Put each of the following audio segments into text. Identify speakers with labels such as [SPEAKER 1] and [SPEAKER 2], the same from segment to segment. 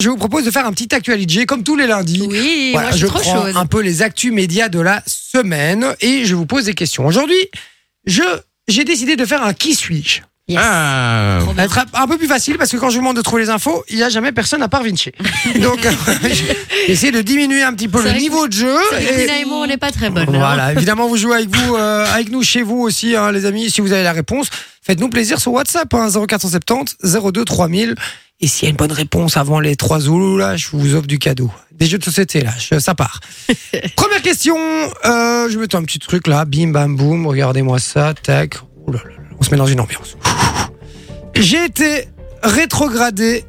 [SPEAKER 1] Je vous propose de faire un petit actualité comme tous les lundis.
[SPEAKER 2] Oui,
[SPEAKER 1] Voilà,
[SPEAKER 2] moi je
[SPEAKER 1] je
[SPEAKER 2] suis trop
[SPEAKER 1] prends
[SPEAKER 2] chose.
[SPEAKER 1] un peu les actus médias de la semaine et je vous pose des questions. Aujourd'hui, je j'ai décidé de faire un qui suis-je.
[SPEAKER 2] Yes.
[SPEAKER 3] Ah,
[SPEAKER 2] Trop bien.
[SPEAKER 1] Être un peu plus facile parce que quand je vous demande de trouver les infos, il n'y a jamais personne à part Vinci. Donc, j'ai essayé de diminuer un petit peu
[SPEAKER 2] C'est
[SPEAKER 1] le
[SPEAKER 2] vrai que-
[SPEAKER 1] niveau de jeu.
[SPEAKER 2] C'est
[SPEAKER 1] et-
[SPEAKER 2] que Tina et moi, on n'est pas très bonnes. là.
[SPEAKER 1] Voilà, évidemment, vous jouez avec vous, euh, avec nous chez vous aussi, hein, les amis. Si vous avez la réponse, faites-nous plaisir sur WhatsApp, hein, 0470 02 3000. Et s'il y a une bonne réponse avant les trois zoulous, là, je vous offre du cadeau. Des jeux de société, là, je- ça part. Première question, euh, je vais mettre un petit truc là, bim bam boum, regardez-moi ça, tac. Ouh là là là, on se met dans une ambiance. J'ai été rétrogradé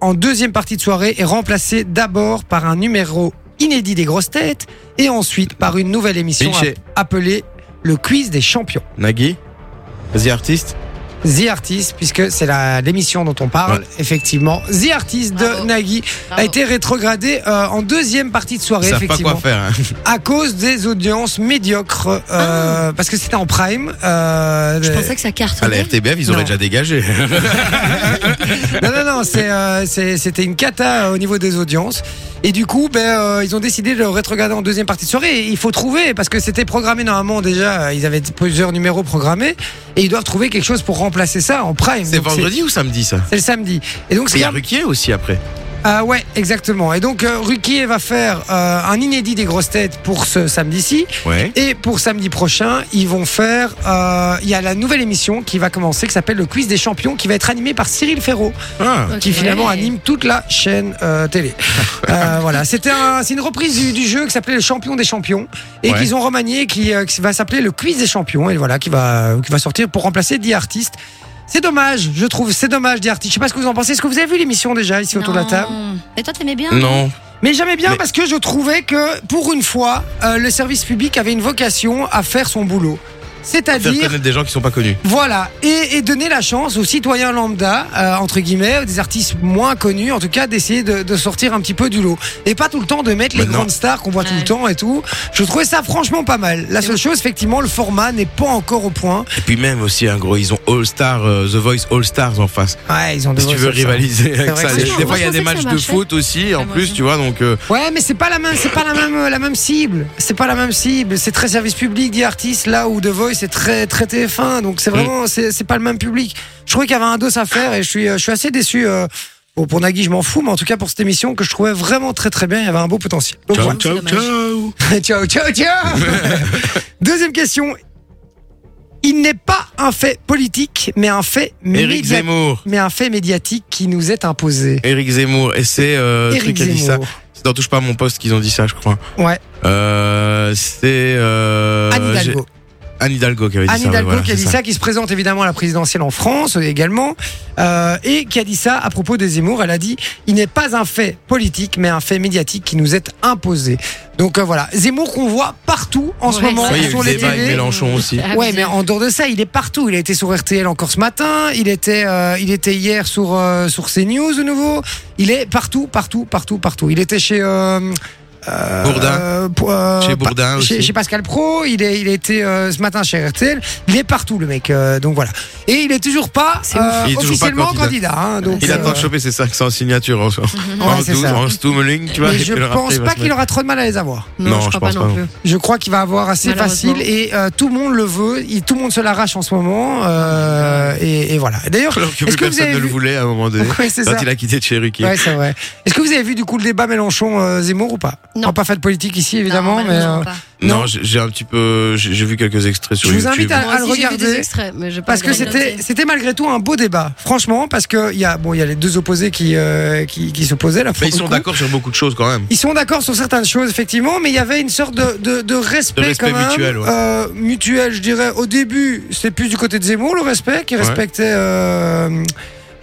[SPEAKER 1] en deuxième partie de soirée et remplacé d'abord par un numéro inédit des grosses têtes et ensuite par une nouvelle émission
[SPEAKER 3] Vinci.
[SPEAKER 1] app- appelée le quiz des champions.
[SPEAKER 3] Nagui The Artist
[SPEAKER 1] The Artist, puisque c'est la- l'émission dont on parle, effectivement. The Artist de
[SPEAKER 2] Bravo.
[SPEAKER 1] Nagui
[SPEAKER 2] Bravo.
[SPEAKER 1] a été rétrogradé euh, en deuxième partie de soirée,
[SPEAKER 3] Ils savent pas quoi
[SPEAKER 1] effectivement,
[SPEAKER 3] faire. hein.
[SPEAKER 1] à cause des audiences médiocres, euh, parce que c'était en prime. euh,
[SPEAKER 2] Ah. Je pensais que ça
[SPEAKER 3] À la
[SPEAKER 2] cartonnait.
[SPEAKER 3] RTBF, ils auraient
[SPEAKER 1] Non.
[SPEAKER 3] déjà dégagé.
[SPEAKER 1] Non, non, non, c'est, euh, c'est- c'était une cata euh, au niveau des audiences. Et du coup, ben, euh, ils ont décidé de le rétrograder en deuxième partie de soirée. Et il faut trouver, parce que c'était programmé normalement déjà, euh, ils avaient plusieurs numéros programmés, et ils doivent trouver quelque chose pour remplacer ça en prime.
[SPEAKER 3] C'est
[SPEAKER 1] Donc,
[SPEAKER 3] vendredi ou samedi ça
[SPEAKER 1] C'est, c'est le samedi. Et donc,
[SPEAKER 3] Et il
[SPEAKER 1] c'est
[SPEAKER 3] y a Ruquier aussi après.
[SPEAKER 1] ah ouais, exactement. Et donc, euh, Ruquier va faire euh, un inédit des grosses têtes pour ce samedi-ci.
[SPEAKER 3] Ouais.
[SPEAKER 1] Et pour samedi prochain, ils vont faire. euh, Il y a la nouvelle émission qui va commencer, qui s'appelle le Quiz des Champions, qui va être animée par Cyril Ferraud
[SPEAKER 3] Ah,
[SPEAKER 2] Ok.
[SPEAKER 1] qui finalement
[SPEAKER 2] Ouais.
[SPEAKER 1] anime toute la chaîne euh, télé. Euh, voilà, c'était un- c'est une reprise du, du jeu qui s'appelait le champion des champions et
[SPEAKER 3] Ouais.
[SPEAKER 1] qu'ils ont remanié, qui, euh, qui va s'appeler le quiz des champions et voilà qui va euh, qui va sortir pour remplacer The Artist. C'est dommage, je trouve, c'est dommage The Artist. Je sais pas ce que vous en pensez. Est-ce que vous avez vu l'émission déjà ici autour de la table
[SPEAKER 2] Non. Mais toi, t'aimais bien
[SPEAKER 3] non.
[SPEAKER 1] Mais jamais bien
[SPEAKER 3] Mais-
[SPEAKER 1] parce que je trouvais que pour une fois, euh, le service public avait une vocation à faire son boulot,
[SPEAKER 3] Faire
[SPEAKER 1] c'est-à-dire
[SPEAKER 3] connaître des gens qui sont pas connus.
[SPEAKER 1] voilà, et, et donner la chance aux citoyens lambda, euh, entre guillemets, aux des artistes moins connus, en tout cas, d'essayer de, de sortir un petit peu du lot. Et pas tout le temps de mettre les
[SPEAKER 3] Maintenant.
[SPEAKER 1] grandes stars qu'on voit tout le
[SPEAKER 2] Ouais.
[SPEAKER 1] temps et tout. Je trouvais ça franchement pas mal. La seule chose, effectivement, le format n'est pas encore au point.
[SPEAKER 3] Et puis même aussi, un gros, ils ont All Star, euh, The Voice All Stars en face.
[SPEAKER 1] Ouais, ils ont
[SPEAKER 3] Si
[SPEAKER 1] des
[SPEAKER 3] tu veux
[SPEAKER 1] vrais succès.
[SPEAKER 3] rivaliser avec
[SPEAKER 1] vrai
[SPEAKER 3] ça.
[SPEAKER 1] que
[SPEAKER 3] Des
[SPEAKER 1] c'est
[SPEAKER 3] des fois, il y a
[SPEAKER 2] chaud.
[SPEAKER 3] des
[SPEAKER 2] Je pensais que
[SPEAKER 3] matchs
[SPEAKER 2] ça
[SPEAKER 3] de
[SPEAKER 2] marchait.
[SPEAKER 3] foot aussi, en
[SPEAKER 2] moi
[SPEAKER 3] plus,
[SPEAKER 2] aussi.
[SPEAKER 3] tu vois. Donc, euh,
[SPEAKER 1] Ouais, mais c'est pas la même, c'est pas la même, euh, la même cible. C'est pas la même cible. C'est très service public, dit artiste, là où The Voice c'est très, très TF1. Donc c'est vraiment, c'est c'est pas le même public. Je trouvais qu'il y avait un dos à faire et je suis, euh, je suis assez déçu. euh, bon, pour Nagui, je m'en fous, mais en tout cas pour cette émission que je trouvais vraiment très, très bien. Il y avait un beau potentiel. Donc,
[SPEAKER 3] ciao,
[SPEAKER 1] voilà.
[SPEAKER 3] ciao,
[SPEAKER 2] C'est
[SPEAKER 3] ciao.
[SPEAKER 1] ciao, ciao, ciao. Deuxième question. Il n'est pas un fait politique, mais un fait
[SPEAKER 3] Eric
[SPEAKER 1] médiatique.
[SPEAKER 3] Zemmour.
[SPEAKER 1] Mais un fait médiatique qui nous est imposé.
[SPEAKER 3] Eric Zemmour. Et c'est euh, le
[SPEAKER 1] Éric
[SPEAKER 3] truc qui a dit ça.
[SPEAKER 1] Zemmour.
[SPEAKER 3] C'est dans Touche pas à mon poste qu'ils ont dit ça, je crois.
[SPEAKER 1] Ouais.
[SPEAKER 3] Euh, c'est. Euh,
[SPEAKER 1] Anne Hidalgo.
[SPEAKER 3] j'ai- Anne Hidalgo qui avait dit
[SPEAKER 1] Anne
[SPEAKER 3] ça. ouais,
[SPEAKER 1] Hidalgo
[SPEAKER 3] voilà,
[SPEAKER 1] qui a
[SPEAKER 3] c'est
[SPEAKER 1] dit
[SPEAKER 3] ça.
[SPEAKER 1] ça. qui se présente évidemment à la présidentielle en France euh, également, euh, et qui a dit ça à propos des Zemmour. Elle a dit il n'est pas un fait politique, mais un fait médiatique qui nous est imposé. Donc euh, voilà, Zemmour qu'on voit partout en ce
[SPEAKER 2] Ouais,
[SPEAKER 1] moment
[SPEAKER 2] ça, Ah
[SPEAKER 3] Oui, il y a eu
[SPEAKER 1] sur
[SPEAKER 3] le
[SPEAKER 1] les
[SPEAKER 3] débat avec
[SPEAKER 1] télés.
[SPEAKER 3] Mélenchon. aussi.
[SPEAKER 2] C'est
[SPEAKER 1] Ouais,
[SPEAKER 2] abusé.
[SPEAKER 1] mais en dehors de ça, il est partout. Il a été sur RTL encore ce matin. Il était, euh, il était hier sur euh, sur CNews de nouveau. Il est partout, partout, partout, partout. Il était chez euh, euh,
[SPEAKER 3] Bourdin.
[SPEAKER 1] euh, pour, euh,
[SPEAKER 3] Chez
[SPEAKER 1] Pa-
[SPEAKER 3] Bourdin
[SPEAKER 1] chez,
[SPEAKER 3] Ah, aussi.
[SPEAKER 1] chez Pascal Pro. Il est, il était euh, ce matin chez RTL. Il est partout, le mec. euh, donc voilà. Et il est toujours pas
[SPEAKER 2] C'est ouf.
[SPEAKER 1] euh,
[SPEAKER 3] Il est toujours pas
[SPEAKER 1] officiellement candidat.
[SPEAKER 3] candidat.
[SPEAKER 1] hein, donc,
[SPEAKER 3] Il
[SPEAKER 1] euh,
[SPEAKER 3] attend de choper ses 500 signatures en, en,
[SPEAKER 1] Ouais, c'est
[SPEAKER 3] 12,
[SPEAKER 1] ça.
[SPEAKER 3] en Stumeling, tu vois.
[SPEAKER 1] mais
[SPEAKER 3] et
[SPEAKER 1] je
[SPEAKER 3] puis le
[SPEAKER 1] pense
[SPEAKER 3] rappeler, il va
[SPEAKER 1] pas
[SPEAKER 3] se
[SPEAKER 1] qu'il aura trop de mal à les avoir.
[SPEAKER 2] Non,
[SPEAKER 3] Non,
[SPEAKER 2] je,
[SPEAKER 3] je
[SPEAKER 2] crois
[SPEAKER 3] pense
[SPEAKER 2] pas
[SPEAKER 3] pas,
[SPEAKER 2] non
[SPEAKER 3] non.
[SPEAKER 2] plus.
[SPEAKER 1] Je crois qu'il va avoir assez
[SPEAKER 2] Malheureusement.
[SPEAKER 1] facile et euh, tout le monde le veut, il- tout le monde se l'arrache en ce moment euh, et, et voilà. Et D'ailleurs,
[SPEAKER 3] mettre- Alors que
[SPEAKER 1] est-ce
[SPEAKER 3] plus
[SPEAKER 1] que vous
[SPEAKER 3] personne
[SPEAKER 1] avez
[SPEAKER 3] ne le
[SPEAKER 1] vu
[SPEAKER 3] voulait à un moment donné.
[SPEAKER 1] Ouais, c'est
[SPEAKER 3] Quand
[SPEAKER 1] ça.
[SPEAKER 3] il a quitté de chez Ruki.
[SPEAKER 1] Ouais, c'est vrai. Est-ce que vous avez vu du coup le débat Mélenchon euh, Zemmour ou pas
[SPEAKER 2] Non.
[SPEAKER 1] On va pas fait de politique ici évidemment,
[SPEAKER 2] Non,
[SPEAKER 1] mais
[SPEAKER 2] malheureusement
[SPEAKER 1] euh,
[SPEAKER 2] pas.
[SPEAKER 3] non,
[SPEAKER 1] non.
[SPEAKER 3] j'ai j'ai un petit peu. J'ai j'ai vu quelques extraits sur
[SPEAKER 1] Je vous
[SPEAKER 3] YouTube.
[SPEAKER 1] invite à-
[SPEAKER 2] Moi
[SPEAKER 1] le
[SPEAKER 2] aussi, j'ai vu des
[SPEAKER 1] regarder.
[SPEAKER 2] extraits, mais j'ai pas
[SPEAKER 1] parce que
[SPEAKER 2] regardé.
[SPEAKER 1] c'était c'était malgré tout un beau débat, franchement, parce que il y a bon il y a les deux opposés qui euh, qui, qui s'opposaient là. pour
[SPEAKER 3] Mais ils
[SPEAKER 1] le
[SPEAKER 3] sont
[SPEAKER 1] coup.
[SPEAKER 3] d'accord sur beaucoup de choses quand même.
[SPEAKER 1] Ils sont d'accord sur certaines choses, effectivement, mais il y avait une sorte de, de, de respect,
[SPEAKER 3] De respect
[SPEAKER 1] quand même,
[SPEAKER 3] mutuel, ouais.
[SPEAKER 1] euh, mutuel, je dirais. Au début, c'était plus du côté de Zemmour, le respect, qui
[SPEAKER 3] Ouais.
[SPEAKER 1] respectait euh,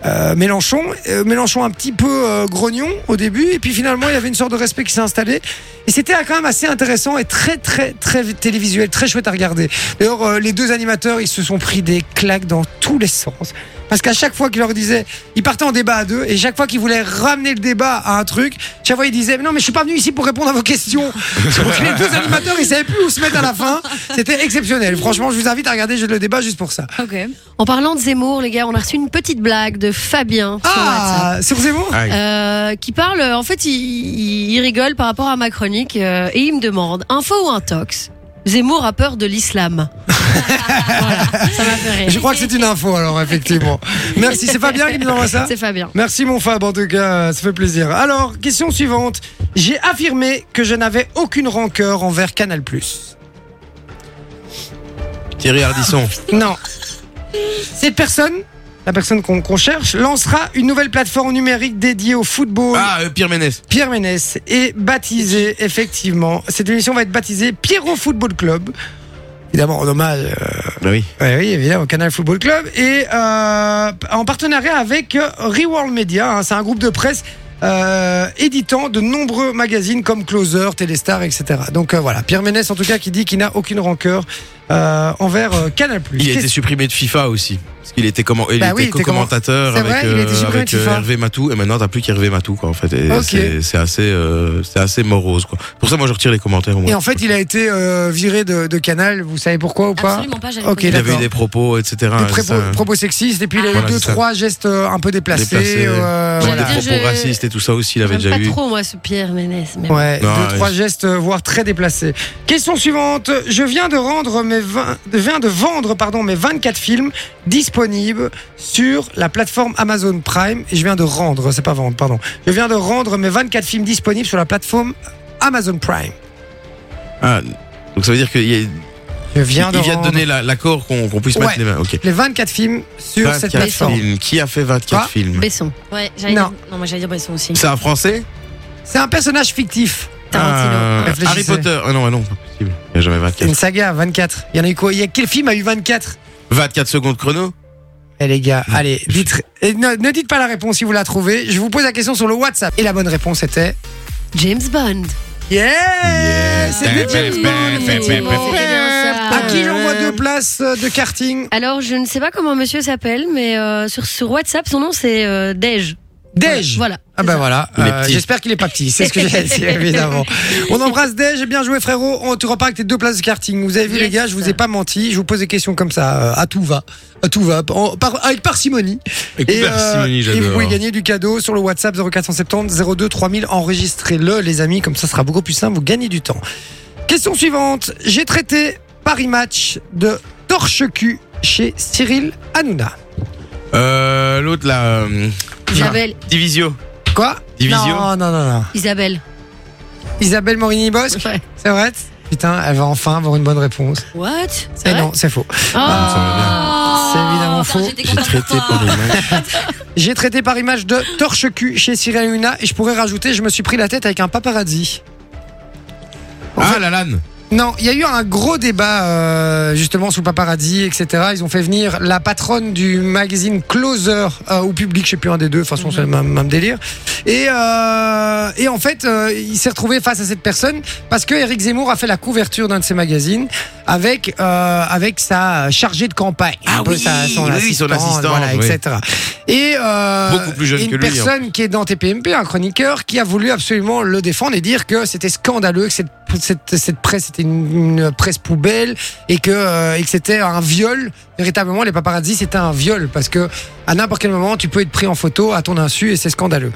[SPEAKER 1] euh, Mélenchon. Euh, Mélenchon un petit peu euh, grognon au début, et puis finalement, il y avait une sorte de respect qui s'est installé. Et c'était euh, quand même assez intéressant et très, très, très télévisuel, très chouette à regarder. D'ailleurs, euh, les deux animateurs, ils se sont pris des claques dans tous les sens. Parce qu'à chaque fois qu'il leur disait, ils partaient en débat à deux, et chaque fois qu'ils voulaient ramener le débat à un truc, chaque fois ils disaient, mais non, mais je suis pas venu ici pour répondre à vos questions. Donc les deux animateurs, ils savaient plus où se mettre à la fin. C'était exceptionnel. Franchement, je vous invite à regarder Jeu de le débat juste pour ça.
[SPEAKER 2] Ok. En parlant de Zemmour, les gars, on a reçu une petite blague de Fabien sur WhatsApp.
[SPEAKER 1] Ah, c'est vous
[SPEAKER 3] Ah,
[SPEAKER 2] euh, qui parle, en fait, il, il- il rigole par rapport à ma chronique euh, et il me demande info ou intox Zemmour a peur de l'islam. Voilà, ça m'a fait rire.
[SPEAKER 1] Je crois que c'est une info, alors, effectivement. Merci. C'est Fabien qui nous envoie ça?
[SPEAKER 2] C'est Fabien.
[SPEAKER 1] Merci mon Fab, en tout cas, ça fait plaisir. Alors, question suivante. J'ai affirmé que je n'avais aucune rancœur envers Canal+. Euh,
[SPEAKER 3] Thierry Ardisson.
[SPEAKER 1] Non. Cette personne, la personne qu'on qu'on cherche, lancera une nouvelle plateforme numérique dédiée au football.
[SPEAKER 3] Ah, euh, Pierre Ménès.
[SPEAKER 1] Pierre Ménès est baptisé, effectivement. Cette émission va être baptisée Pierrot Football Club. Évidemment, en hommage euh,
[SPEAKER 3] Bah oui.
[SPEAKER 1] Ouais, oui, évidemment, au Canal Football Club. Et euh, en partenariat avec euh, Reworld Media, hein, c'est un groupe de presse euh, éditant de nombreux magazines comme Closer, Téléstar, etc. Donc euh, voilà, Pierre Ménès en tout cas qui dit qu'il n'a aucune rancœur euh, envers euh, Canal+.
[SPEAKER 3] Il a été
[SPEAKER 1] Qu'est-ce-
[SPEAKER 3] supprimé de FIFA aussi. Parce qu'il était, comment... il
[SPEAKER 1] Bah
[SPEAKER 3] était
[SPEAKER 1] oui, il était
[SPEAKER 3] co-commentateur
[SPEAKER 1] comment- C'est
[SPEAKER 3] avec, euh,
[SPEAKER 1] vrai, il a été supprimé
[SPEAKER 3] avec
[SPEAKER 1] de FIFA.
[SPEAKER 3] Hervé Matou. Et maintenant, t'as plus qu'Hervé Matou, quoi, en fait. Et
[SPEAKER 1] Ok.
[SPEAKER 3] c'est- C'est assez, euh, c'est assez morose, quoi. Pour ça, moi, je retire les commentaires. au moins.
[SPEAKER 1] Et en fait, il a été euh, viré de, de Canal. Vous savez pourquoi ou pas
[SPEAKER 2] Absolument pas, j'avais
[SPEAKER 1] Ok,
[SPEAKER 2] connu.
[SPEAKER 3] Il avait eu
[SPEAKER 1] d'accord.
[SPEAKER 3] des propos, etc.
[SPEAKER 1] Des
[SPEAKER 3] hein, c'est
[SPEAKER 1] propos,
[SPEAKER 3] ça, hein.
[SPEAKER 1] propos sexistes et puis il a eu
[SPEAKER 3] Voilà,
[SPEAKER 1] deux
[SPEAKER 3] c'est ça.
[SPEAKER 1] trois gestes euh, un peu déplacés.
[SPEAKER 3] Déplacés,
[SPEAKER 1] euh,
[SPEAKER 3] Même
[SPEAKER 1] voilà.
[SPEAKER 3] Des propos
[SPEAKER 2] Je-
[SPEAKER 3] racistes et tout ça aussi, il avait
[SPEAKER 2] J'aime
[SPEAKER 3] déjà
[SPEAKER 2] pas
[SPEAKER 3] eu.
[SPEAKER 2] trop, moi, ce Pierre Ménès. mais-
[SPEAKER 1] Ouais,
[SPEAKER 3] Non,
[SPEAKER 1] deux,
[SPEAKER 3] ouais.
[SPEAKER 1] trois gestes, euh, voire très déplacés. Question suivante. Je viens de rendre mes vingt- viens de vendre, pardon, mes 24 films disponibles sur la plateforme Amazon Prime. Et je viens de rendre, c'est pas vendre, pardon. Je viens de rendre mes 24 films disponibles sur la plateforme Amazon Prime.
[SPEAKER 3] Ah, donc ça veut dire qu'il y a-
[SPEAKER 1] Je viens de
[SPEAKER 3] il vient de
[SPEAKER 1] rendre
[SPEAKER 3] donner la- l'accord qu'on qu'on puisse
[SPEAKER 1] Ouais.
[SPEAKER 3] mettre les mains. Ok.
[SPEAKER 1] les 24 films sur cette
[SPEAKER 3] 24
[SPEAKER 1] plateforme.
[SPEAKER 3] films. Qui a fait 24
[SPEAKER 1] Quoi
[SPEAKER 3] films
[SPEAKER 2] Besson.
[SPEAKER 4] Ouais, j'allais
[SPEAKER 1] Non. Euh.
[SPEAKER 4] dire. Non, moi j'allais dire Bresson aussi.
[SPEAKER 3] C'est un français
[SPEAKER 1] C'est un personnage fictif.
[SPEAKER 2] Tarantino.
[SPEAKER 3] Ah,
[SPEAKER 1] Réfléchissez.
[SPEAKER 3] Harry Potter. Ah non, ah non, pas possible. Il n'y a jamais
[SPEAKER 1] C'est
[SPEAKER 3] 24.
[SPEAKER 1] une saga, 24. Il y en a eu quoi Il y a quel film a eu 24
[SPEAKER 3] 24 secondes chrono
[SPEAKER 1] Eh les gars, allez, dites, et ne, ne dites pas la réponse si vous la trouvez. Je vous pose la question sur le WhatsApp. Et la bonne réponse était.
[SPEAKER 2] James Bond.
[SPEAKER 1] Yeah, C'est
[SPEAKER 3] Yeah.
[SPEAKER 1] le James Bond,
[SPEAKER 3] Bam, bam, bam,
[SPEAKER 1] effectivement.
[SPEAKER 3] bam,
[SPEAKER 2] bam, bam.
[SPEAKER 1] À qui j'envoie deux places euh, de karting
[SPEAKER 2] Alors, je ne sais pas comment monsieur s'appelle, mais euh, sur, sur WhatsApp, son nom, c'est euh, Dej.
[SPEAKER 1] Dej
[SPEAKER 2] Voilà.
[SPEAKER 1] Ah ben voilà,
[SPEAKER 3] Il est
[SPEAKER 1] euh,
[SPEAKER 3] petit.
[SPEAKER 1] j'espère qu'il est pas petit, c'est ce que j'ai dit évidemment. On embrasse Dej, bien joué frérot, on te repart avec tes deux places de karting. Vous avez vu
[SPEAKER 2] Yes.
[SPEAKER 1] les gars, je vous ai pas menti, je vous pose des questions comme ça, euh, à tout va, à tout va, en- par- avec parcimonie. Et, euh, et vous pouvez gagner du cadeau sur le WhatsApp 0470 02 3000. Enregistrez-le, les amis, comme ça ce sera beaucoup plus simple. Vous gagnez du temps. Question suivante. J'ai traité Paris Match de torche-cul chez Cyril Hanouna.
[SPEAKER 3] Euh, L'autre là, euh,
[SPEAKER 2] Isabelle.
[SPEAKER 3] Divisio.
[SPEAKER 1] Quoi
[SPEAKER 3] Division.
[SPEAKER 1] Non, non, non, non.
[SPEAKER 2] Isabelle.
[SPEAKER 1] Isabelle Morini-Bosque,
[SPEAKER 2] Ouais.
[SPEAKER 1] c'est vrai Putain, elle va enfin avoir une bonne réponse.
[SPEAKER 2] What
[SPEAKER 1] Et
[SPEAKER 2] C'est vrai
[SPEAKER 1] Eh non, c'est faux.
[SPEAKER 2] Ah.
[SPEAKER 1] C'est
[SPEAKER 4] Oh,
[SPEAKER 1] évidemment faux.
[SPEAKER 3] J'ai traité par les mains.
[SPEAKER 1] J'ai traité Paris Match de torche-cul chez Cyril Hanouna et je pourrais rajouter, je me suis pris la tête avec un paparazzi. En
[SPEAKER 3] Ah,
[SPEAKER 1] fait-
[SPEAKER 3] la LAN.
[SPEAKER 1] Non, il y a eu un gros débat euh, justement sous le paparazzi, etc. Ils ont fait venir la patronne du magazine Closer euh, au public, je sais plus un des deux, de toute façon c'est le même, même délire. Et, euh, et en fait, euh, il s'est retrouvé face à cette personne parce que Eric Zemmour a fait la couverture d'un de ses magazines avec euh, avec sa chargée de campagne,
[SPEAKER 3] Ah
[SPEAKER 1] un peu
[SPEAKER 3] oui,
[SPEAKER 1] sa-
[SPEAKER 3] oui, oui, son assistante,
[SPEAKER 1] voilà,
[SPEAKER 3] oui.
[SPEAKER 1] etc. Et euh,
[SPEAKER 3] Beaucoup plus jeune
[SPEAKER 1] une
[SPEAKER 3] que lui, hein.
[SPEAKER 1] personne personne qui est dans TPMP, un chroniqueur, qui a voulu absolument le défendre et dire que c'était scandaleux, que cette, cette, cette presse était une, une presse poubelle et que, euh, et que c'était un viol. Véritablement, les paparazzis, c'était un viol parce que à n'importe quel moment, tu peux être pris en photo à ton insu et c'est scandaleux.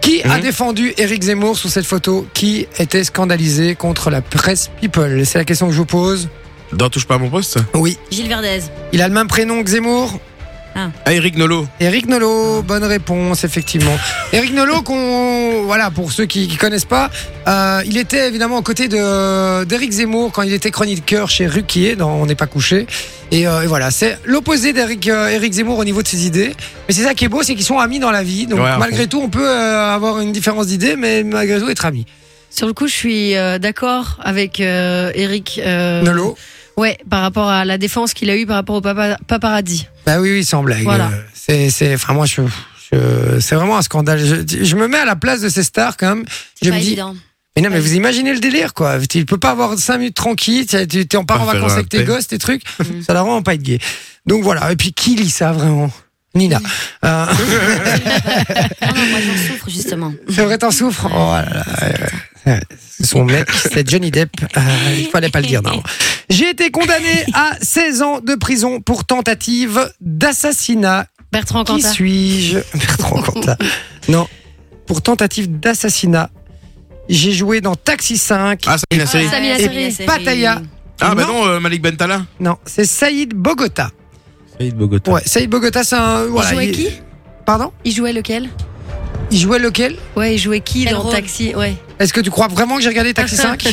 [SPEAKER 1] Qui a
[SPEAKER 3] Mhm.
[SPEAKER 1] défendu Eric Zemmour sur cette photo Qui était scandalisé contre la presse People C'est la question que je vous pose.
[SPEAKER 3] Dans Touche pas à mon poste
[SPEAKER 1] Oui.
[SPEAKER 4] Gilles Verdez.
[SPEAKER 1] Il a le même prénom que Zemmour
[SPEAKER 3] Ah, Eric Nolot.
[SPEAKER 1] Eric Nolot, bonne réponse, effectivement. Eric Nolot, qu'on, voilà, pour ceux qui, qui connaissent pas, euh, il était évidemment aux côtés de, d'Eric Zemmour quand il était chroniqueur chez Ruquier dans On n'est pas couché. Et, euh, et voilà, c'est l'opposé d'Eric euh, Eric Zemmour au niveau de ses idées. Mais c'est ça qui est beau, c'est qu'ils sont amis dans la vie. Donc
[SPEAKER 3] Ouais, à
[SPEAKER 1] malgré
[SPEAKER 3] fond.
[SPEAKER 1] tout, on peut euh, avoir une différence d'idées, mais malgré tout, être amis.
[SPEAKER 2] Sur le coup, je suis euh, d'accord avec euh, Eric. euh,
[SPEAKER 1] Nolot,
[SPEAKER 2] Ouais, par rapport à la défense qu'il a eue par rapport au papa, paparazzi.
[SPEAKER 1] bah oui, oui, sans blague.
[SPEAKER 2] Voilà.
[SPEAKER 1] Euh, C'est, c'est, enfin, moi, je, je- c'est vraiment un scandale. Je, je me mets à la place de ces stars quand même.
[SPEAKER 4] C'est
[SPEAKER 1] Je
[SPEAKER 4] pas
[SPEAKER 1] me dis,
[SPEAKER 4] évident.
[SPEAKER 1] Mais non, mais vous imaginez le délire, quoi. Tu peux pas avoir 5 minutes tranquille, tu tu- t'es en part en
[SPEAKER 3] Pas faire
[SPEAKER 1] vacances
[SPEAKER 3] un
[SPEAKER 1] avec tes
[SPEAKER 3] thé.
[SPEAKER 1] gosses, tes trucs. Ça n'a vraiment pas être gay. Donc voilà. Et puis, qui lit ça, vraiment Nina. Euh,
[SPEAKER 4] Ah non, moi j'en souffre justement.
[SPEAKER 1] c'est vrai, t'en souffres Oh là là, euh, c'est Son mec, c'est Johnny Depp. Euh, il fallait pas le dire, non. J'ai été condamné à 16 ans de prison pour tentative d'assassinat.
[SPEAKER 2] Bertrand
[SPEAKER 1] Qui
[SPEAKER 2] Cantat.
[SPEAKER 1] suis-je Bertrand Cantat. Non, pour tentative d'assassinat. J'ai joué dans Taxi 5.
[SPEAKER 3] Ah, Samina Seri.
[SPEAKER 2] Samina
[SPEAKER 4] Ouais,
[SPEAKER 2] Seri.
[SPEAKER 4] Seri.
[SPEAKER 1] Pattaya.
[SPEAKER 3] Ah, bah
[SPEAKER 1] non.
[SPEAKER 3] non, euh, Malik Bentala.
[SPEAKER 1] Non, c'est Saïd Bogota.
[SPEAKER 3] Saïd Bogota.
[SPEAKER 1] Ouais, Saïd Bogota, c'est un.
[SPEAKER 2] Il
[SPEAKER 1] voilà,
[SPEAKER 2] jouait
[SPEAKER 1] il-
[SPEAKER 2] qui
[SPEAKER 1] Pardon
[SPEAKER 2] Il jouait lequel
[SPEAKER 1] Il jouait lequel
[SPEAKER 2] Ouais, il jouait qui
[SPEAKER 4] Quel
[SPEAKER 2] dans
[SPEAKER 4] rôle
[SPEAKER 2] Taxi Ouais.
[SPEAKER 1] Est-ce que tu crois vraiment que j'ai regardé Taxi 5 Oui,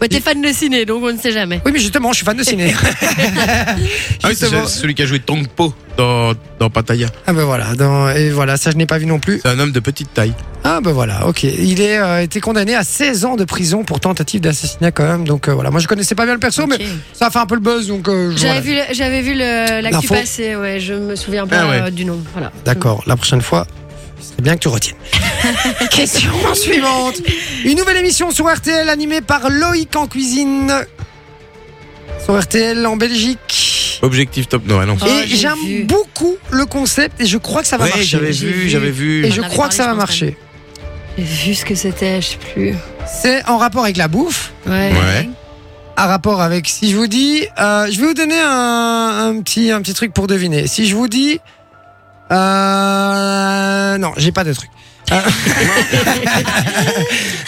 [SPEAKER 2] Ouais, t'es fan de ciné, donc on ne sait jamais.
[SPEAKER 1] mais justement, je suis fan de ciné.
[SPEAKER 3] Ah oui, c'est
[SPEAKER 1] Justement.
[SPEAKER 3] celui qui a joué Tongpo dans, dans Pattaya.
[SPEAKER 1] Ah ben voilà, dans- et voilà, ça je n'ai pas vu non plus.
[SPEAKER 3] C'est un homme de petite taille.
[SPEAKER 1] Ah ben voilà, ok. Il est euh, été condamné à 16 ans de prison pour tentative d'assassinat quand même. Donc euh, voilà, moi je connaissais pas bien le perso,
[SPEAKER 2] Ok.
[SPEAKER 1] mais ça a fait un peu le buzz, donc euh, je-
[SPEAKER 2] J'avais
[SPEAKER 1] voilà.
[SPEAKER 2] vu, le- j'avais vu le- l'actu
[SPEAKER 1] L'info.
[SPEAKER 2] passer, ouais, je me souviens pas
[SPEAKER 3] Ah ouais.
[SPEAKER 2] euh, du nom. Voilà.
[SPEAKER 1] D'accord, la prochaine fois, ce serait bien que tu retiennes. Question suivante. Une nouvelle émission sur RTL animée par Loïc en cuisine. Sur RTL en Belgique.
[SPEAKER 3] Objectif top. Non, ah non.
[SPEAKER 2] Oh,
[SPEAKER 1] et
[SPEAKER 2] j'ai vu.
[SPEAKER 1] j'aime beaucoup le concept et je crois que ça va
[SPEAKER 3] ouais,
[SPEAKER 1] marcher.
[SPEAKER 3] j'avais
[SPEAKER 2] J'ai
[SPEAKER 3] vu,
[SPEAKER 2] vu.
[SPEAKER 3] j'avais vu.
[SPEAKER 1] Et
[SPEAKER 2] On
[SPEAKER 1] je
[SPEAKER 2] en avait
[SPEAKER 1] crois que ça va
[SPEAKER 2] parlé, je pense,
[SPEAKER 1] marcher.
[SPEAKER 2] J'ai vu ce que c'était, je sais plus.
[SPEAKER 1] C'est en rapport avec la bouffe,
[SPEAKER 2] Ouais.
[SPEAKER 3] Ouais.
[SPEAKER 1] à rapport avec, si je vous dis, euh, je vais vous donner un, un petit, un petit truc pour deviner. Si je vous dis... Euh, non, j'ai pas de truc. Euh,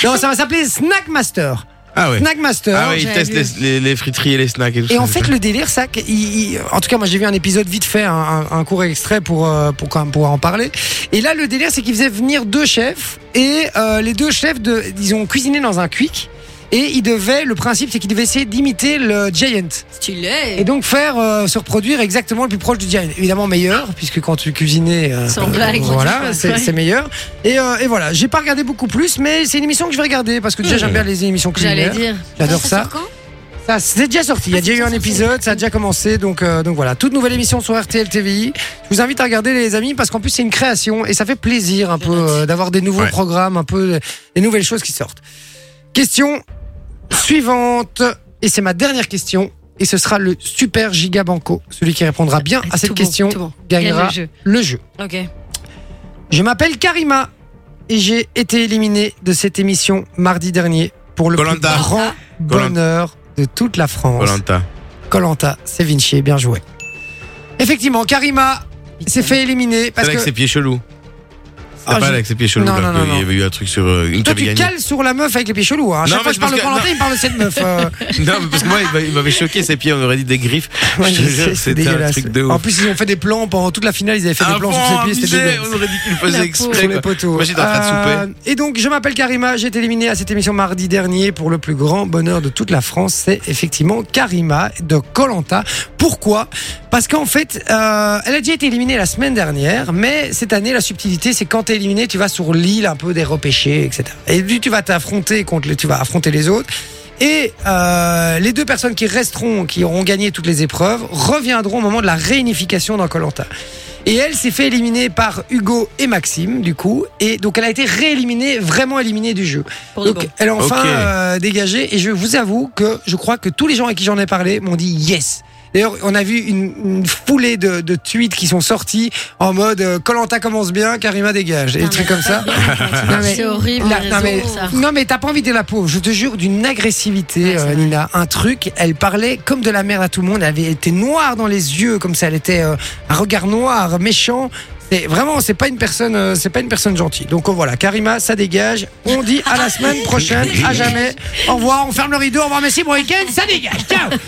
[SPEAKER 1] non, ça va s'appeler Snack Master.
[SPEAKER 3] Ah ouais.
[SPEAKER 1] Snack Master.
[SPEAKER 3] Ah ouais, il
[SPEAKER 2] j'avais
[SPEAKER 3] teste
[SPEAKER 2] vu.
[SPEAKER 3] les, les, les friteries et les snacks et tout
[SPEAKER 1] Et
[SPEAKER 3] ça.
[SPEAKER 1] en fait, le délire, ça, qu'il- il- en tout cas, moi j'ai vu un épisode vite fait, un, un- un court extrait pour, euh, pour quand même pouvoir en parler. Et là, le délire, c'est qu'ils faisaient venir deux chefs et euh, les deux chefs, de, ils ont cuisiné dans un quick. Et ils devaient, le principe, c'est qu'ils devaient essayer d'imiter le Giant.
[SPEAKER 4] Stylé.
[SPEAKER 1] Et donc faire euh, se reproduire exactement le plus proche du Giant. Évidemment meilleur, puisque quand tu cuisinais, euh,
[SPEAKER 2] Sans blague,
[SPEAKER 1] voilà,
[SPEAKER 2] ouais.
[SPEAKER 1] c'est c'est meilleur. Et, euh, et voilà, j'ai pas regardé beaucoup plus, mais c'est une émission que je vais regarder, parce que déjà j'aime bien les émissions
[SPEAKER 2] Mmh. J'allais
[SPEAKER 1] culinaires.
[SPEAKER 2] dire.
[SPEAKER 1] J'adore ça.
[SPEAKER 4] sort quand
[SPEAKER 1] Ça, c'est déjà sorti. Il y a déjà eu un épisode, ça a déjà commencé. Donc, euh, donc voilà, toute nouvelle émission sur RTL TVI. Je vous invite à regarder, les amis, parce qu'en plus, c'est une création et ça fait plaisir un peu euh, d'avoir des nouveaux
[SPEAKER 3] Ouais.
[SPEAKER 1] programmes, un peu euh, des nouvelles choses qui sortent. Question suivante. Et c'est ma dernière question. Et ce sera le super giga banco. Celui qui répondra bien à Ah, cette
[SPEAKER 2] Tout bon,
[SPEAKER 1] question
[SPEAKER 2] tout bon.
[SPEAKER 1] gagnera
[SPEAKER 2] Gagne le jeu.
[SPEAKER 1] le jeu.
[SPEAKER 2] Ok.
[SPEAKER 1] Je m'appelle Karima et j'ai été éliminé de cette émission mardi dernier pour le plus
[SPEAKER 3] Koh-Lanta.
[SPEAKER 1] grand bonheur de toute la France.
[SPEAKER 3] Colanta.
[SPEAKER 1] Colanta, c'est Vinci, bien joué. Effectivement, Karima s'est fait éliminer
[SPEAKER 3] Celle
[SPEAKER 1] parce
[SPEAKER 3] avec
[SPEAKER 1] que
[SPEAKER 3] ses pieds chelous.
[SPEAKER 1] Ah,
[SPEAKER 3] Ah, pas
[SPEAKER 1] je-
[SPEAKER 3] là, avec ses pieds chelous.
[SPEAKER 1] Non,
[SPEAKER 3] là,
[SPEAKER 1] non, non,
[SPEAKER 3] il y
[SPEAKER 1] non.
[SPEAKER 3] avait eu un truc sur euh, une qui
[SPEAKER 1] toi
[SPEAKER 3] avait
[SPEAKER 1] tu
[SPEAKER 3] gagné.
[SPEAKER 1] cales sur la meuf avec les pieds chelous. Hein. À
[SPEAKER 3] Non,
[SPEAKER 1] Chaque
[SPEAKER 3] mais
[SPEAKER 1] fois que
[SPEAKER 3] c'est
[SPEAKER 1] je parle de
[SPEAKER 3] parce que-
[SPEAKER 1] Colanta, il me parle de cette meuf. euh.
[SPEAKER 3] Non, mais parce que moi, il m'a- il m'avait choqué ses pieds, on aurait dit des griffes.
[SPEAKER 1] Ouais,
[SPEAKER 3] je te
[SPEAKER 1] je
[SPEAKER 3] jure,
[SPEAKER 1] sais, c'est
[SPEAKER 3] c'était un
[SPEAKER 1] dégueulasse.
[SPEAKER 3] truc de
[SPEAKER 1] En
[SPEAKER 3] ouf.
[SPEAKER 1] plus, ils ont fait des plans pendant toute la finale. Ils avaient fait des plans sur
[SPEAKER 3] Avant,
[SPEAKER 1] ses pieds. C'était
[SPEAKER 3] abusé,
[SPEAKER 1] dégueulasse.
[SPEAKER 3] on aurait dit qu'il le faisait
[SPEAKER 2] La
[SPEAKER 1] Sur
[SPEAKER 3] exprès.
[SPEAKER 1] les
[SPEAKER 3] quoi.
[SPEAKER 1] poteaux.
[SPEAKER 3] Moi, j'étais en train de
[SPEAKER 1] Euh, et donc, je m'appelle Karima. J'ai été éliminé à cette émission mardi dernier pour le plus grand bonheur de toute la France. C'est effectivement Karima de Colanta. Pourquoi Parce qu'en fait, euh, elle a déjà été éliminée la semaine dernière, mais cette année, la subtilité, c'est quand t'es éliminé, tu vas sur l'île un peu des repêchés, etc. Et puis, tu vas t'affronter contre, les- tu vas affronter les autres. Et euh, les deux personnes qui resteront, qui auront gagné toutes les épreuves, reviendront au moment de la réunification dans Colanta. Et elle s'est fait éliminer par Hugo et Maxime, du coup. Et donc elle a été rééliminée, vraiment éliminée du jeu.
[SPEAKER 4] Pour de
[SPEAKER 1] donc
[SPEAKER 4] bon.
[SPEAKER 1] elle est enfin
[SPEAKER 3] Ok.
[SPEAKER 1] euh, dégagée. Et je vous avoue que je crois que tous les gens à qui j'en ai parlé m'ont dit yes. D'ailleurs, on a vu une, une foulée de, de tweets qui sont sortis en mode Colanta commence bien, Karima dégage, et des trucs comme ça. Non, mais-
[SPEAKER 2] C'est horrible.
[SPEAKER 1] La-
[SPEAKER 2] les
[SPEAKER 1] non,
[SPEAKER 2] réseaux,
[SPEAKER 1] mais,
[SPEAKER 2] ça.
[SPEAKER 1] non mais t'as pas envie de la pauvre, je te jure, d'une agressivité,
[SPEAKER 2] Ouais, c'est
[SPEAKER 1] euh, Nina. Un truc, elle parlait comme de la merde à tout le monde, elle avait été noire dans les yeux, comme ça, elle était euh, un regard noir, méchant. C'est vraiment, c'est pas une personne, euh, c'est pas une personne gentille. Donc euh, voilà, Karima, ça dégage. On dit à la semaine prochaine, à jamais. Au revoir, on ferme le rideau, au revoir, merci, bon week-end, ça dégage. Ciao.